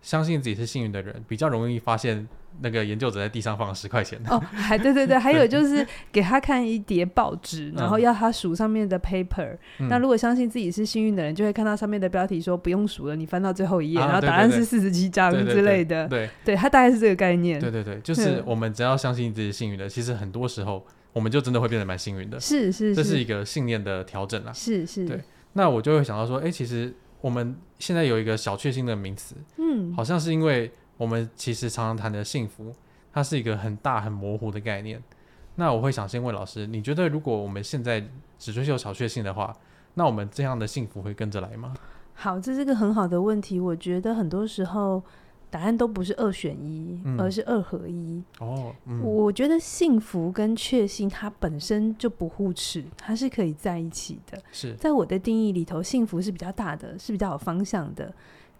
Speaker 1: 相信自己是幸运的人，比较容易发现那个研究者在地上放了十块钱。
Speaker 2: 哦，还 对对对，还有就是给他看一叠报纸，然后
Speaker 1: 嗯
Speaker 2: 要他数上面的 paper、
Speaker 1: 嗯
Speaker 2: 那如果相信自己是幸运的人，就会看到上面的标题说不用数了，你翻到最后一页，
Speaker 1: 啊
Speaker 2: 然后
Speaker 1: 对
Speaker 2: 答
Speaker 1: 对
Speaker 2: 案
Speaker 1: 对
Speaker 2: 是四十七张
Speaker 1: 对对
Speaker 2: 之类的。
Speaker 1: 对
Speaker 2: 对他大概是这个概念。
Speaker 1: 对对对，就是
Speaker 2: 嗯
Speaker 1: 我们只要相信自己是幸运的，其实很多时候我们就真的会变得蛮幸运的。
Speaker 2: 是是
Speaker 1: 这是
Speaker 2: 是
Speaker 1: 一个信念的调整啦。啊
Speaker 2: 是是，
Speaker 1: 对那我就会想到说，诶，其实我们现在有一个小确幸的名词，
Speaker 2: 嗯，
Speaker 1: 好像是因为我们其实常常谈的幸福，它是一个很大很模糊的概念。那我会想先问老师，你觉得如果我们现在只追求小确幸的话，那我们这样的幸福会跟着来吗？
Speaker 2: 好，这是个很好的问题。我觉得很多时候答案都不是二选一，
Speaker 1: 嗯
Speaker 2: 而是二合一。
Speaker 1: 哦，嗯，
Speaker 2: 我觉得幸福跟确幸它本身就不互斥，它是可以在一起的。
Speaker 1: 是，
Speaker 2: 在我的定义里头，幸福是比较大的，是比较有方向的。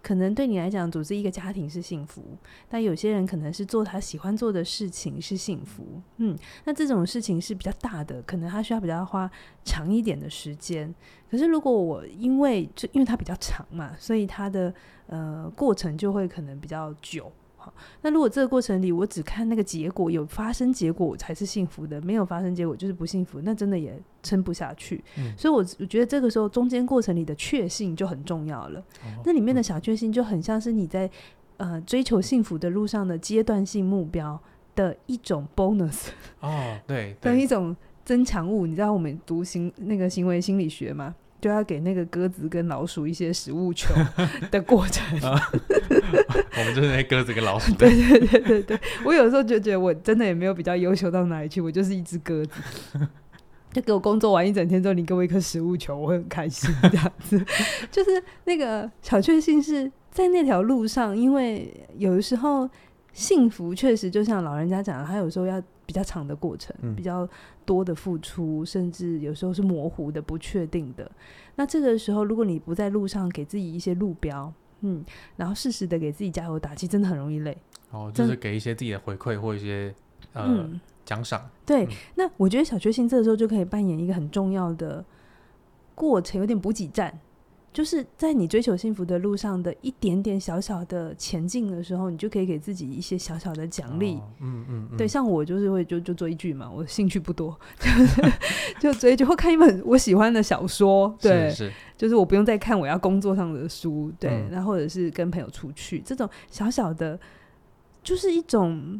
Speaker 2: 可能对你来讲，组织一个家庭是幸福，但有些人可能是做他喜欢做的事情是幸福。嗯，那这种事情是比较大的，可能他需要比较花长一点的时间。可是如果我因为就因为它比较长嘛，所以它的呃过程就会可能比较久。好，那如果这个过程里我只看那个结果，有发生结果我才是幸福的，没有发生结果就是不幸福，那真的也撑不下去。
Speaker 1: 嗯
Speaker 2: 所以我，我觉得这个时候中间过程里的确幸就很重要了。
Speaker 1: 哦
Speaker 2: 那里面的小确幸就很像是你在呃追求幸福的路上的阶段性目标的一种 bonus
Speaker 1: 哦，对
Speaker 2: 的一
Speaker 1: 对，
Speaker 2: 种增强物。你知道我们读行那个行为心理学嘛，就要给那个鸽子跟老鼠一些食 物球的过程。
Speaker 1: 我们就是那鸽子跟老鼠
Speaker 2: 对对对对对， 我有时候就觉得我真的也没有比较优秀到哪里去，我就是一只鸽子。 就给我工作完一整天之后，你给我一颗食物球，我会很开心。这样 子，就是那个小确幸是在那条路上，因为有的时候幸福确实就像老人家讲的，他有时候要比较长的过程，
Speaker 1: 嗯
Speaker 2: 比较多的付出，甚至有时候是模糊的、不确定的。那这个时候，如果你不在路上给自己一些路标，嗯，然后适时的给自己加油打气，真的很容易累。
Speaker 1: 哦，就
Speaker 2: 真
Speaker 1: 是给一些自己的回馈或一些呃
Speaker 2: 嗯，
Speaker 1: 奖赏，
Speaker 2: 对
Speaker 1: 嗯。
Speaker 2: 那我觉得小确幸这个时候就可以扮演一个很重要的过程，有点补给站，就是在你追求幸福的路上的一点点小小的前进的时候，你就可以给自己一些小小的奖励。
Speaker 1: 哦嗯嗯嗯，
Speaker 2: 对，像我就是会就就追剧嘛，我兴趣不多，就是 就追剧或看一本我喜欢的小说，
Speaker 1: 是
Speaker 2: 对，
Speaker 1: 是
Speaker 2: 就是我不用再看我要工作上的书，对
Speaker 1: 嗯，
Speaker 2: 那、或者是跟朋友出去，这种小小的，就是一种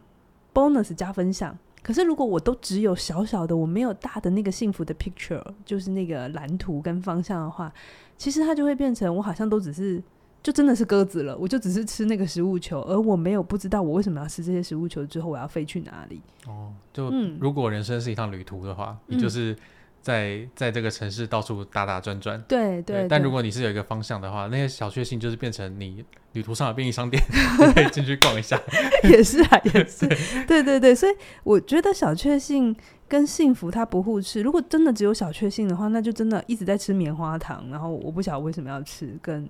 Speaker 2: bonus 加分项。可是如果我都只有小小的，我没有大的那个幸福的 picture，就是那个蓝图跟方向的话，其实它就会变成我好像都只是。就真的是鸽子了，我就只是吃那个食物球，而我没有不知道我为什么要吃这些食物球，之后我要飞去哪里？
Speaker 1: 哦，就
Speaker 2: 嗯
Speaker 1: 如果人生是一趟旅途的话，你就
Speaker 2: 嗯
Speaker 1: 是在在这个城市到处打打转转。
Speaker 2: 对对。
Speaker 1: 但
Speaker 2: 对
Speaker 1: 如果你是有一个方向的话，那些小确幸就是变成你旅途上的便利商 店，你可以进去逛一下。
Speaker 2: 也是啊，也是，对对对，所以我觉得小确幸跟幸福它不互斥。如果真的只有小确幸的话，那就真的一直在吃棉花糖，然后我不晓得为什么要吃，跟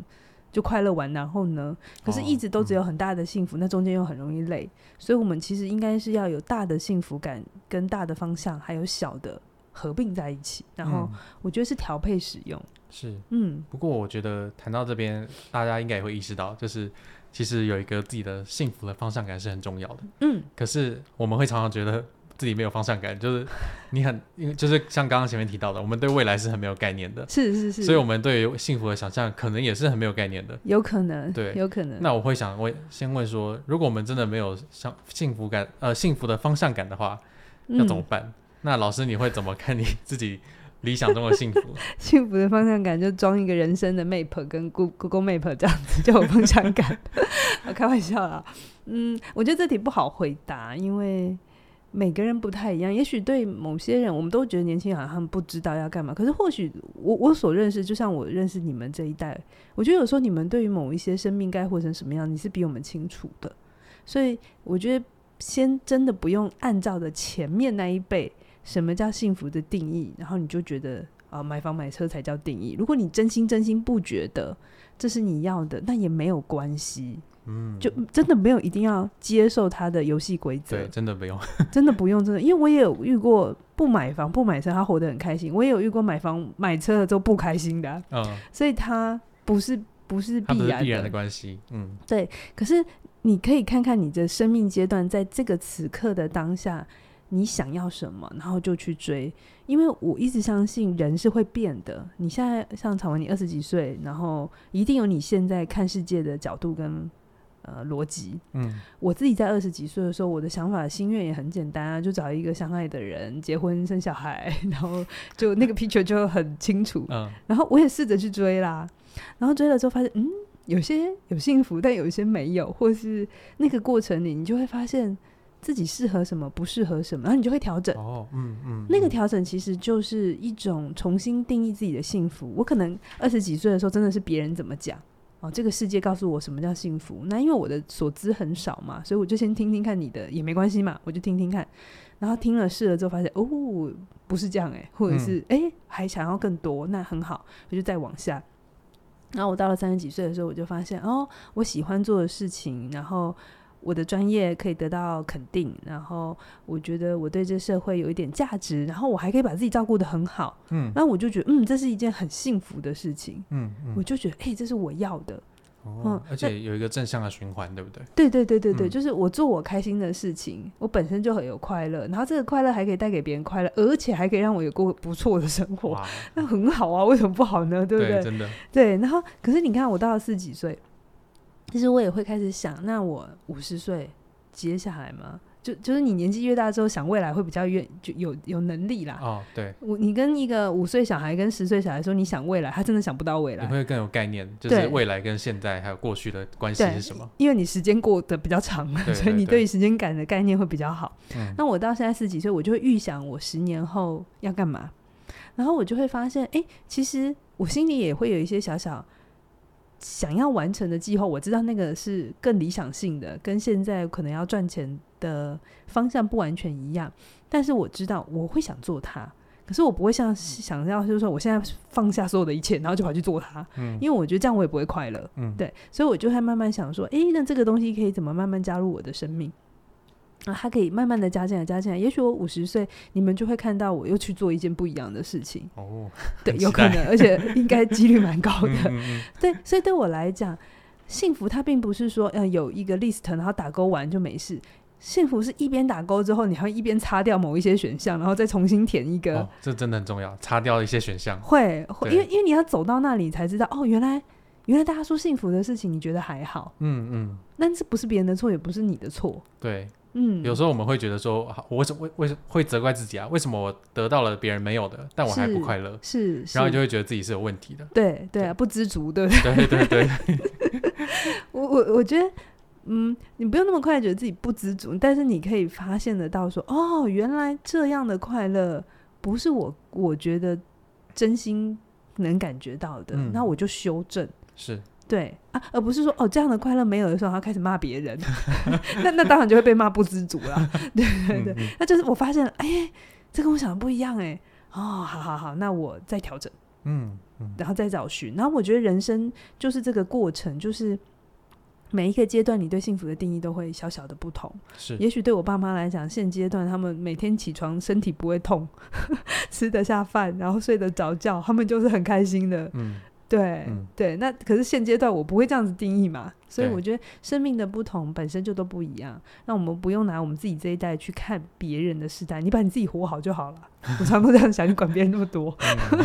Speaker 2: 就快乐完，然后呢，可是一
Speaker 1: 哦
Speaker 2: 直都只有很大的幸福，那中间又很容易累，所以我们其实应该是要有大的幸福感跟大的方向，还有小的合并在一起，然后
Speaker 1: 嗯
Speaker 2: 我觉得是调配使用，
Speaker 1: 是，
Speaker 2: 嗯
Speaker 1: 不过我觉得谈到这边，大家应该也会意识到，就是其实有一个自己的幸福的方向感是很重要的。
Speaker 2: 嗯，
Speaker 1: 可是我们会常常觉得自己没有方向感，就是你很，因为就是像刚刚前面提到的，我们对未来是很没有概念的，
Speaker 2: 是是是，
Speaker 1: 所以我们对于幸福的想象可能也是很没有概念的。
Speaker 2: 有可能，
Speaker 1: 对
Speaker 2: 有可能，
Speaker 1: 那我会想问，先问说，如果我们真的没有像幸福感，呃，幸福的方向感的话，要怎么
Speaker 2: 嗯
Speaker 1: 办？那老师你会怎么看你自己理想中的幸福？
Speaker 2: 幸福的方向感就装一个人生的 map 跟 Goo- Google Map 这样子就 有方向感。我开玩笑啦，嗯，我觉得这题不好回答，因为每个人不太一样。也许对某些人，我们都觉得年轻人好像不知道要干嘛，可是或许我我所认识，就像我认识你们这一代，我觉得有时候你们对于某一些生命该活成什么样，你是比我们清楚的。所以我觉得先真的不用按照着前面那一辈什么叫幸福的定义，然后你就觉得啊买房买车才叫定义。如果你真心真心不觉得这是你要的，那也没有关系，
Speaker 1: 嗯，
Speaker 2: 就真的没有一定要接受它的游戏规则
Speaker 1: 对，，真的不用。
Speaker 2: 真的不用真的，因为我也有遇过不买房不买车，他活得很开心；我也有遇过买房买车了之后不开心的啊、
Speaker 1: 嗯，
Speaker 2: 所以他不是不是
Speaker 1: 它不
Speaker 2: 必
Speaker 1: 是
Speaker 2: 然
Speaker 1: 必然
Speaker 2: 的
Speaker 1: 的。关系。嗯，
Speaker 2: 可是你可以看看你的生命阶段，在这个此刻的当下，你想要什么，然后就去追。因为我一直相信人是会变的。你现在像常文，你二十几岁，然后一定有你现在看世界的角度跟呃逻辑。
Speaker 1: 嗯，
Speaker 2: 我自己在二十几岁的时候，我的想法心愿也很简单啊，就找一个相爱的人，结婚生小孩， 然后就那个 picture 就很清楚。
Speaker 1: 嗯，
Speaker 2: 然后我也试着去追啦，然后追了之后发现，嗯，有些有幸福，但有一些没有，或是那个过程里，你就会发现自己适合什么，不适合什么，然后你就会调整。
Speaker 1: 哦，嗯嗯，
Speaker 2: 那个
Speaker 1: 嗯
Speaker 2: 调整其实就是一种重新定义自己的幸福。我可能二十几岁的时候，真的是别人怎么讲哦，这个世界告诉我什么叫幸福。那因为我的所知很少嘛，所以我就先听听看你的，也没关系嘛，我就听听看。然后听了试了之后，发现哦，欸
Speaker 1: 嗯
Speaker 2: 不是这样诶、或者是诶，还想要更多，那很好，我就再往下。然后我到了三十几岁的时候，我就发现哦，我喜欢做的事情，然后我的专业可以得到肯定，然后我觉得我对这社会有一点价值，然后我还可以把自己照顾得很好，
Speaker 1: 嗯
Speaker 2: 那我就觉得嗯，这是一件很幸福的事情，
Speaker 1: 嗯
Speaker 2: 我
Speaker 1: 嗯，
Speaker 2: 就觉得哎、这是我要的。
Speaker 1: 哦
Speaker 2: 嗯，
Speaker 1: 而且有一个正向的循环，对不对？
Speaker 2: 对对对对对，
Speaker 1: 嗯
Speaker 2: 就是我做我开心的事情，我本身就很有快乐，然后这个快乐还可以带给别人快乐，而且还可以让我有过不错的生活，
Speaker 1: 哇，
Speaker 2: 那很好啊，为什么不好呢？对不对？
Speaker 1: 真的，
Speaker 2: 对，然后可是你看，我到了四十几岁，其实我也会开始想，那我五十岁接下来吗？就就是你年纪越大之后，想未来会比较越就有有能力啦。
Speaker 1: 哦，对，
Speaker 2: 我你跟一个五岁小孩跟十岁小孩说你想未来，他真的想不到未
Speaker 1: 你
Speaker 2: 来，
Speaker 1: 会更有概念，就
Speaker 2: 啊对
Speaker 1: 是未来跟现在还有过去的关系
Speaker 2: 对
Speaker 1: 是什么？
Speaker 2: 因为你时间过得比较长，
Speaker 1: 对
Speaker 2: 所以你
Speaker 1: 对
Speaker 2: 对于时间感的概念会比较好。
Speaker 1: 嗯
Speaker 2: 那我到现在四十几岁，我就会预想我十年后要干嘛，然后我就会发现，诶，其实我心里也会有一些小小想要完成的计划。我知道那个是更理想性的，跟现在可能要赚钱的方向不完全一样，但是我知道我会想做它。可是我不会像想要，就是说我现在放下所有的一切，然后就跑去做它，
Speaker 1: 嗯
Speaker 2: 因为我觉得这样我也不会快乐。
Speaker 1: 嗯，
Speaker 2: 对，所以我就会慢慢想说，诶，那这个东西可以怎么慢慢加入我的生命？啊，它可以慢慢的加进来，加进来。也许我五十岁，你们就会看到我又去做一件不一样的事情，
Speaker 1: 哦，
Speaker 2: 对，
Speaker 1: 很期
Speaker 2: 有可
Speaker 1: 待
Speaker 2: 能，而且应该几率蛮高
Speaker 1: 嗯
Speaker 2: 的。
Speaker 1: 嗯嗯
Speaker 2: 对，所以对我来讲，幸福它并不是说，呃，有一个 list，然后打勾完就没事。幸福是一边打勾之后，你还会一边擦掉某一些选项，然后再重新填一个。
Speaker 1: 哦，这真的很重要，擦掉一些选项，
Speaker 2: 会会，
Speaker 1: 对
Speaker 2: 因为因为你要走到那里才知道，哦，原来原来大家说幸福的事情，你觉得还好。
Speaker 1: 嗯嗯，
Speaker 2: 那这不是别人的错，也不是你的错。
Speaker 1: 对，
Speaker 2: 嗯，
Speaker 1: 有时候我们会觉得说，啊我为什么为为什么会责怪自己啊？为什么我得到了别人没有的，但我还不
Speaker 2: 是
Speaker 1: 快乐？
Speaker 2: 是，
Speaker 1: 然后你
Speaker 2: 是
Speaker 1: 就会觉得自己是有问题的。
Speaker 2: 对对
Speaker 1: 对
Speaker 2: 啊，不知足，对不对？
Speaker 1: 对对对，
Speaker 2: 我我我觉得，嗯，你不用那么快觉得自己不知足，但是你可以发现得到说，哦，原来这样的快乐不是我我觉得真心能感觉到的，
Speaker 1: 嗯
Speaker 2: 那我就修正。
Speaker 1: 是
Speaker 2: 对啊，而不是说哦这样的快乐没有的时候，然后开始骂别人， 那那当然就会被骂不知足啦。 对对对，
Speaker 1: 嗯嗯
Speaker 2: 那就是我发现了，哎，这跟我想的不一样哎。哦，好好好，那我再调整。
Speaker 1: 嗯嗯
Speaker 2: 然后再找寻。然后我觉得人生就是这个过程，就是每一个阶段你对幸福的定义都会小小的不同。
Speaker 1: 是
Speaker 2: 也许对我爸妈来讲，现阶段他们每天起床身体不会痛， 吃得下饭，然后睡得着觉，他们就是很开心的。
Speaker 1: 嗯
Speaker 2: 对、
Speaker 1: 嗯
Speaker 2: 对，那可是现阶段我不会这样子定义嘛，所以
Speaker 1: 对
Speaker 2: 我觉得生命的不同本身就都不一样。那我们不用拿我们自己这一代去看别人的世代，你把你自己活好就好了。我常都这样想，你管别人那么多。
Speaker 1: 嗯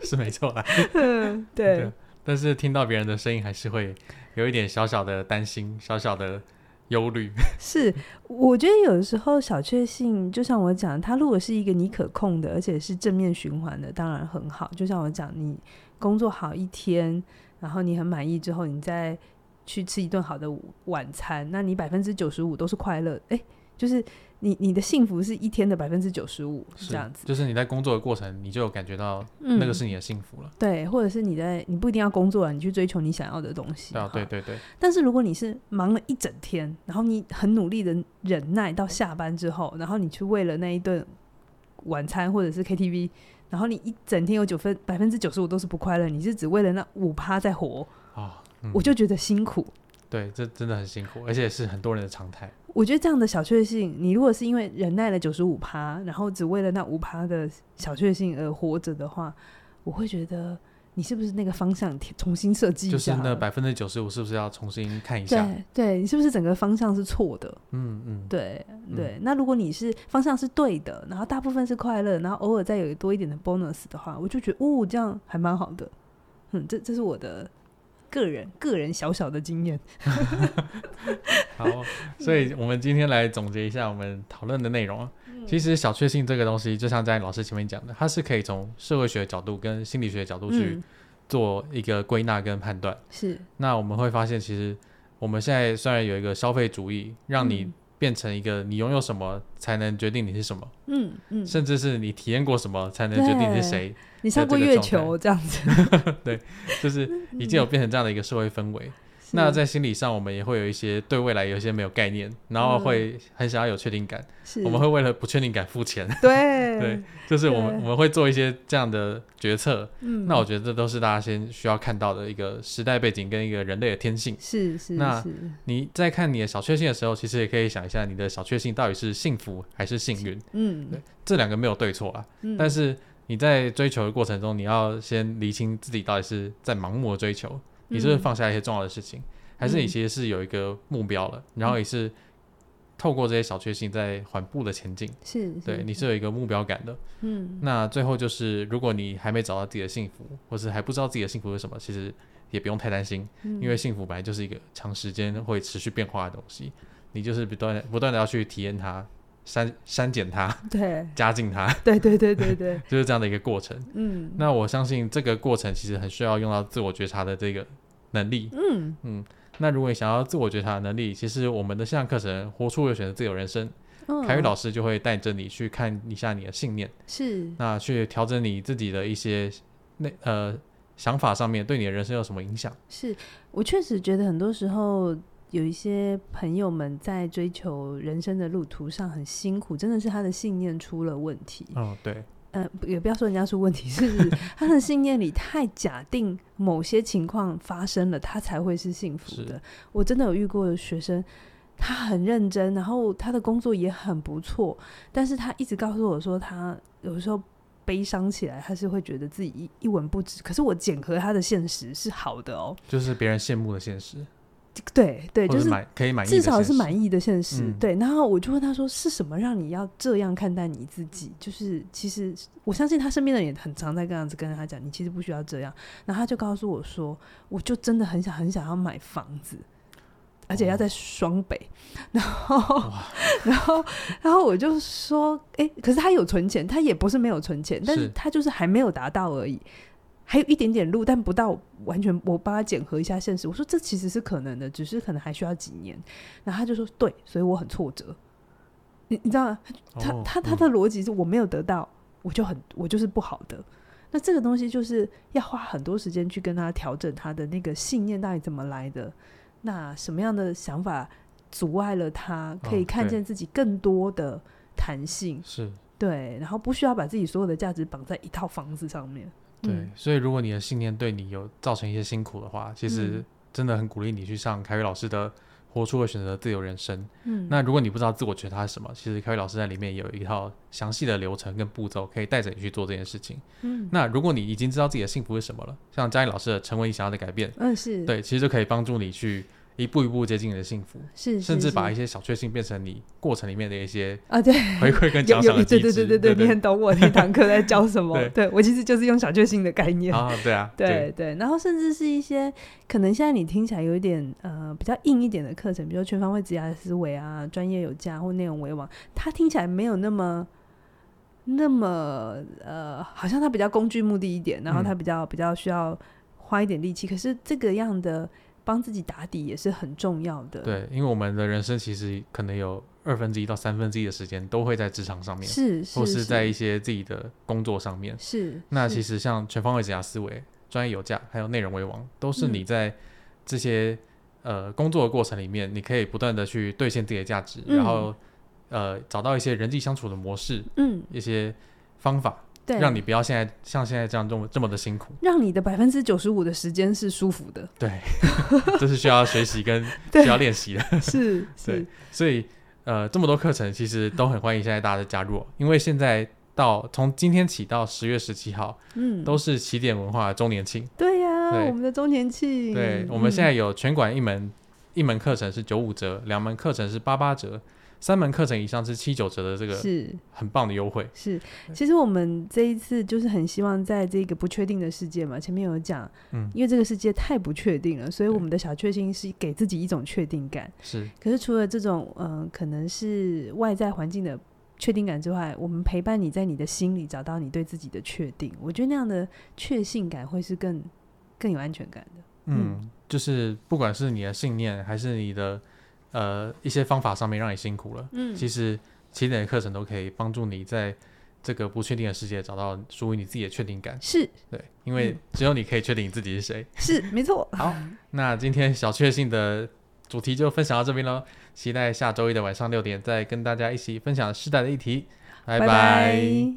Speaker 1: 是没错啦。
Speaker 2: 嗯，对。
Speaker 1: 但是听到别人的声音，还是会有一点小小的担心，小小的忧虑。
Speaker 2: 是，我觉得有的时候小确幸，就像我讲，它如果是一个你可控的，而且是正面循环的，当然很好。就像我讲，你工作好一天，然后你很满意之后，你再去吃一顿好的午晚餐，那你百分之九十五都是快乐。诶，就是你你的幸福是一天的百分之九十五
Speaker 1: 是
Speaker 2: 这样子。
Speaker 1: 就是你在工作的过程，你就有感觉到
Speaker 2: 嗯
Speaker 1: 那个是你的幸福了。
Speaker 2: 对，或者是你在你不一定要工作了，你去追求你想要的东西。
Speaker 1: 对啊，
Speaker 2: 哈
Speaker 1: 对对对，
Speaker 2: 但是如果你是忙了一整天，然后你很努力的忍耐到下班之后，然后你去为了那一顿晚餐或者是 KTV，然后你一整天有九分百分之九十五都是不快乐，你是只为了那五趴在活，
Speaker 1: 啊，嗯
Speaker 2: 我就觉得辛苦。
Speaker 1: 对，这真的很辛苦，而且是很多人的常态。
Speaker 2: 我觉得这样的小确幸，你如果是因为忍耐了九十五趴，然后只为了那五趴的小确幸而活着的话，我会觉得你是不是那个方向调重新设计一
Speaker 1: 就是
Speaker 2: 下
Speaker 1: 那
Speaker 2: 了？
Speaker 1: 百分之九十五是不是要重新看一下？
Speaker 2: 对对，你是不是整个方向是错的？
Speaker 1: 嗯嗯，
Speaker 2: 对对，那如果你是方向是对的，然后大部分是快乐，然后偶尔再有多一点的 bonus 的话，我就觉得哦，这样还蛮好的。嗯，这这是我的个人个人小小的经验。
Speaker 1: 好，所以我们今天来总结一下我们讨论的内容啊。
Speaker 2: 嗯
Speaker 1: 其实小确幸这个东西，就像在老师前面讲的，它是可以从社会学角度跟心理学角度去
Speaker 2: 嗯，
Speaker 1: 做一个归纳跟判断。
Speaker 2: 是
Speaker 1: 那我们会发现，其实我们现在虽然有一个消费主义，让你
Speaker 2: 嗯
Speaker 1: 变成一个你拥有什么才能决定你是什么，
Speaker 2: 嗯嗯，
Speaker 1: 甚至是你体验过什么才能决定你是谁，
Speaker 2: 你上过
Speaker 1: 这个
Speaker 2: 月
Speaker 1: 状态
Speaker 2: 球这样子，
Speaker 1: 就是已经有变成这样的一个社会氛围。 那在心理上，我们也会有一些对未来有一些没有概念，然后会
Speaker 2: 嗯
Speaker 1: 很想要有确定感。
Speaker 2: 是
Speaker 1: 我们会为了不确定感付钱，
Speaker 2: 对
Speaker 1: 对，就是我们
Speaker 2: 对
Speaker 1: 我们会做一些这样的决策。
Speaker 2: 嗯，
Speaker 1: 那我觉得这都是大家先需要看到的一个时代背景跟一个人类的天性。
Speaker 2: 是是
Speaker 1: 那
Speaker 2: 是，
Speaker 1: 你在看你的小确幸的时候，其实也可以想一下，你的小确幸到底是幸福还是幸运？
Speaker 2: 嗯
Speaker 1: 对，这两个没有对错啊，
Speaker 2: 嗯
Speaker 1: 但是你在追求的过程中，你要先厘清自己到底是在盲目的追求，你是不是
Speaker 2: 嗯
Speaker 1: 放下一些重要的事情，还是你其实是有一个目标了，
Speaker 2: 嗯
Speaker 1: 然后也是透过这些小确幸在缓步的前进。
Speaker 2: 是，
Speaker 1: 对，
Speaker 2: 是
Speaker 1: 你是有一个目标感的。
Speaker 2: 嗯
Speaker 1: 那最后就是，如果你还没找到自己的幸福，或是还不知道自己的幸福是什么，其实也不用太担心，
Speaker 2: 嗯
Speaker 1: 因为幸福本来就是一个长时间会持续变化的东西，你就是不断地不断的要去体验它、删删减它、
Speaker 2: 对
Speaker 1: 加进它，
Speaker 2: 对对对对对，
Speaker 1: 就是这样的一个过程。
Speaker 2: 嗯
Speaker 1: 那我相信这个过程其实很需要用到自我觉察的这个能力。
Speaker 2: 嗯
Speaker 1: 那如果你想要自我觉察的能力，其实我们的线上课程《活出有选择自由人生》，
Speaker 2: 嗯，
Speaker 1: 凯宇老师就会带着你去看一下你的信念。
Speaker 2: 是
Speaker 1: 那去调整你自己的一些那呃想法上面对你的人生有什么影响？
Speaker 2: 是，我确实觉得很多时候有一些朋友们在追求人生的路途上很辛苦，真的是他的信念出了问题。
Speaker 1: 嗯，对，
Speaker 2: 呃，不也不要说人家出问题，是 他的信念里太假定某些情况发生了，他才会是幸福
Speaker 1: 是
Speaker 2: 的。我真的有遇过的学生，他很认真，然后他的工作也很不错，但是他一直告诉我说，他有时候悲伤起来，他是会觉得自己一一文不值。可是我检核他的现实是好的哦，
Speaker 1: 就是别人羡慕的现实，
Speaker 2: 对对，
Speaker 1: 或
Speaker 2: 就
Speaker 1: 者
Speaker 2: 是
Speaker 1: 满可以满意的
Speaker 2: 至
Speaker 1: 现实，
Speaker 2: 少是满意的现实。
Speaker 1: 嗯
Speaker 2: 对，然后我就问他说：“是什么让你要这样看待你自己？”就是其实我相信他身边的人也很常在这样子跟他讲：“你其实不需要这样。”然后他就告诉我说：“我就真的很想很想要买房子。”而
Speaker 1: 哦
Speaker 2: 且要在双北，然后， 然后， 然后我就说，哎、可是他有存钱，他也不是没有存钱，但是
Speaker 1: 是
Speaker 2: 他就是还没有达到而已，还有一点点路，但不到完全。我帮他检核一下现实，我说这其实是可能的，只是可能还需要几年。然后他就说对，所以我很挫折。你你知道吗？他
Speaker 1: 哦
Speaker 2: 他他
Speaker 1: 嗯
Speaker 2: 的逻辑是我没有得到，我就很我就是不好的。那这个东西就是要花很多时间去跟他调整他的那个信念到底怎么来的，那什么样的想法阻碍了他可以
Speaker 1: 哦
Speaker 2: 看
Speaker 1: 对
Speaker 2: 见自己更多的弹性，
Speaker 1: 是
Speaker 2: 对，然后不需要把自己所有的价值绑在一套房子上面。
Speaker 1: 对、
Speaker 2: 嗯
Speaker 1: 所以如果你的信念对你有造成一些辛苦的话，其实
Speaker 2: 嗯
Speaker 1: 真的很鼓励你去上凯宇老师的。活出了选择自由人生。
Speaker 2: 嗯，
Speaker 1: 那如果你不知道自我觉察是什么，其实凯宇老师在里面有一套详细的流程跟步骤，可以带着你去做这件事情。
Speaker 2: 嗯
Speaker 1: 那如果你已经知道自己的幸福是什么了，像嘉义老师的《成为你想要的改变》，
Speaker 2: 嗯是，
Speaker 1: 对，其实就可以帮助你去一步一步接近你的幸福，
Speaker 2: 是是
Speaker 1: 甚至把一
Speaker 2: 是
Speaker 1: 些小确幸变成你过程里面的一些
Speaker 2: 啊对。
Speaker 1: 回馈 跟奖
Speaker 2: 有
Speaker 1: 赏
Speaker 2: 有
Speaker 1: 的机
Speaker 2: 对
Speaker 1: 制。。
Speaker 2: 对对对对，你很懂我那堂课在教什么
Speaker 1: 对
Speaker 2: 对我其实就是用小确幸的概念。
Speaker 1: 啊，对啊，
Speaker 2: 对对，然后甚至是一些可能现在你听起来有一点呃比较硬一点的课程，比如说全方位职业思维啊、专业有价或内容为王，它听起来没有那么那么呃，好像它比较工具目的一点，然后它
Speaker 1: 嗯
Speaker 2: 比较、比较需要花一点力气。可是这个样的帮自己打底也是很重要的。
Speaker 1: 对，因为我们的人生其实可能有二分之一到三分之一的时间都会在职场上面，
Speaker 2: 是是
Speaker 1: 或是在一些自己的工作上面。
Speaker 2: 是
Speaker 1: 那
Speaker 2: 是
Speaker 1: 其实像全方位职涯思维、专业有价，还有内容为王，都是你
Speaker 2: 嗯
Speaker 1: 在这些、呃工作的过程里面，你可以不断的去兑现自己的价值，
Speaker 2: 嗯
Speaker 1: 然后呃找到一些人际相处的模式，
Speaker 2: 嗯
Speaker 1: 一些方法，
Speaker 2: 对，
Speaker 1: 让你不要现在像现在这样这么这么的辛苦。
Speaker 2: 让你的百分之九十五的时间是舒服的。
Speaker 1: 对， 这是需要学习跟
Speaker 2: 对
Speaker 1: 需要练习的。
Speaker 2: 是
Speaker 1: 对
Speaker 2: 是，，
Speaker 1: 所以呃，这么多课程其实都很欢迎现在大家的加入哦，因为现在到从今天起到十月十七号
Speaker 2: 嗯，
Speaker 1: 都是起点文化的周年庆。
Speaker 2: 对呀、
Speaker 1: 对
Speaker 2: 我们的周年庆。
Speaker 1: 对，我们
Speaker 2: 嗯
Speaker 1: 现在有全馆一门一门课程是九五折，两门课程是八八折，三门课程以上是七九折的这个
Speaker 2: 是
Speaker 1: 很棒的优惠。
Speaker 2: 是，其实我们这一次就是很希望在这个不确定的世界嘛，前面有讲，
Speaker 1: 嗯
Speaker 2: 因为这个世界太不确定了，所以
Speaker 1: 对
Speaker 2: 我们的小确幸是给自己一种确定感。
Speaker 1: 是
Speaker 2: 可是除了这种嗯、呃可能是外在环境的确定感之外，我们陪伴你在你的心里找到你对自己的确定，我觉得那样的确信感会是更更有安全感的。
Speaker 1: 嗯，就是不管是你的信念，还是你的呃一些方法上面让你辛苦了，
Speaker 2: 嗯
Speaker 1: 其实起点的课程都可以帮助你在这个不确定的世界找到属于你自己的确定感。
Speaker 2: 是
Speaker 1: 对，因为只有你可以确定你自己是谁。
Speaker 2: 是，没错。
Speaker 1: 好，那今天小确幸的主题就分享到这边喽，期待下周一的晚上六点再跟大家一起分享世代的议题。拜
Speaker 2: 拜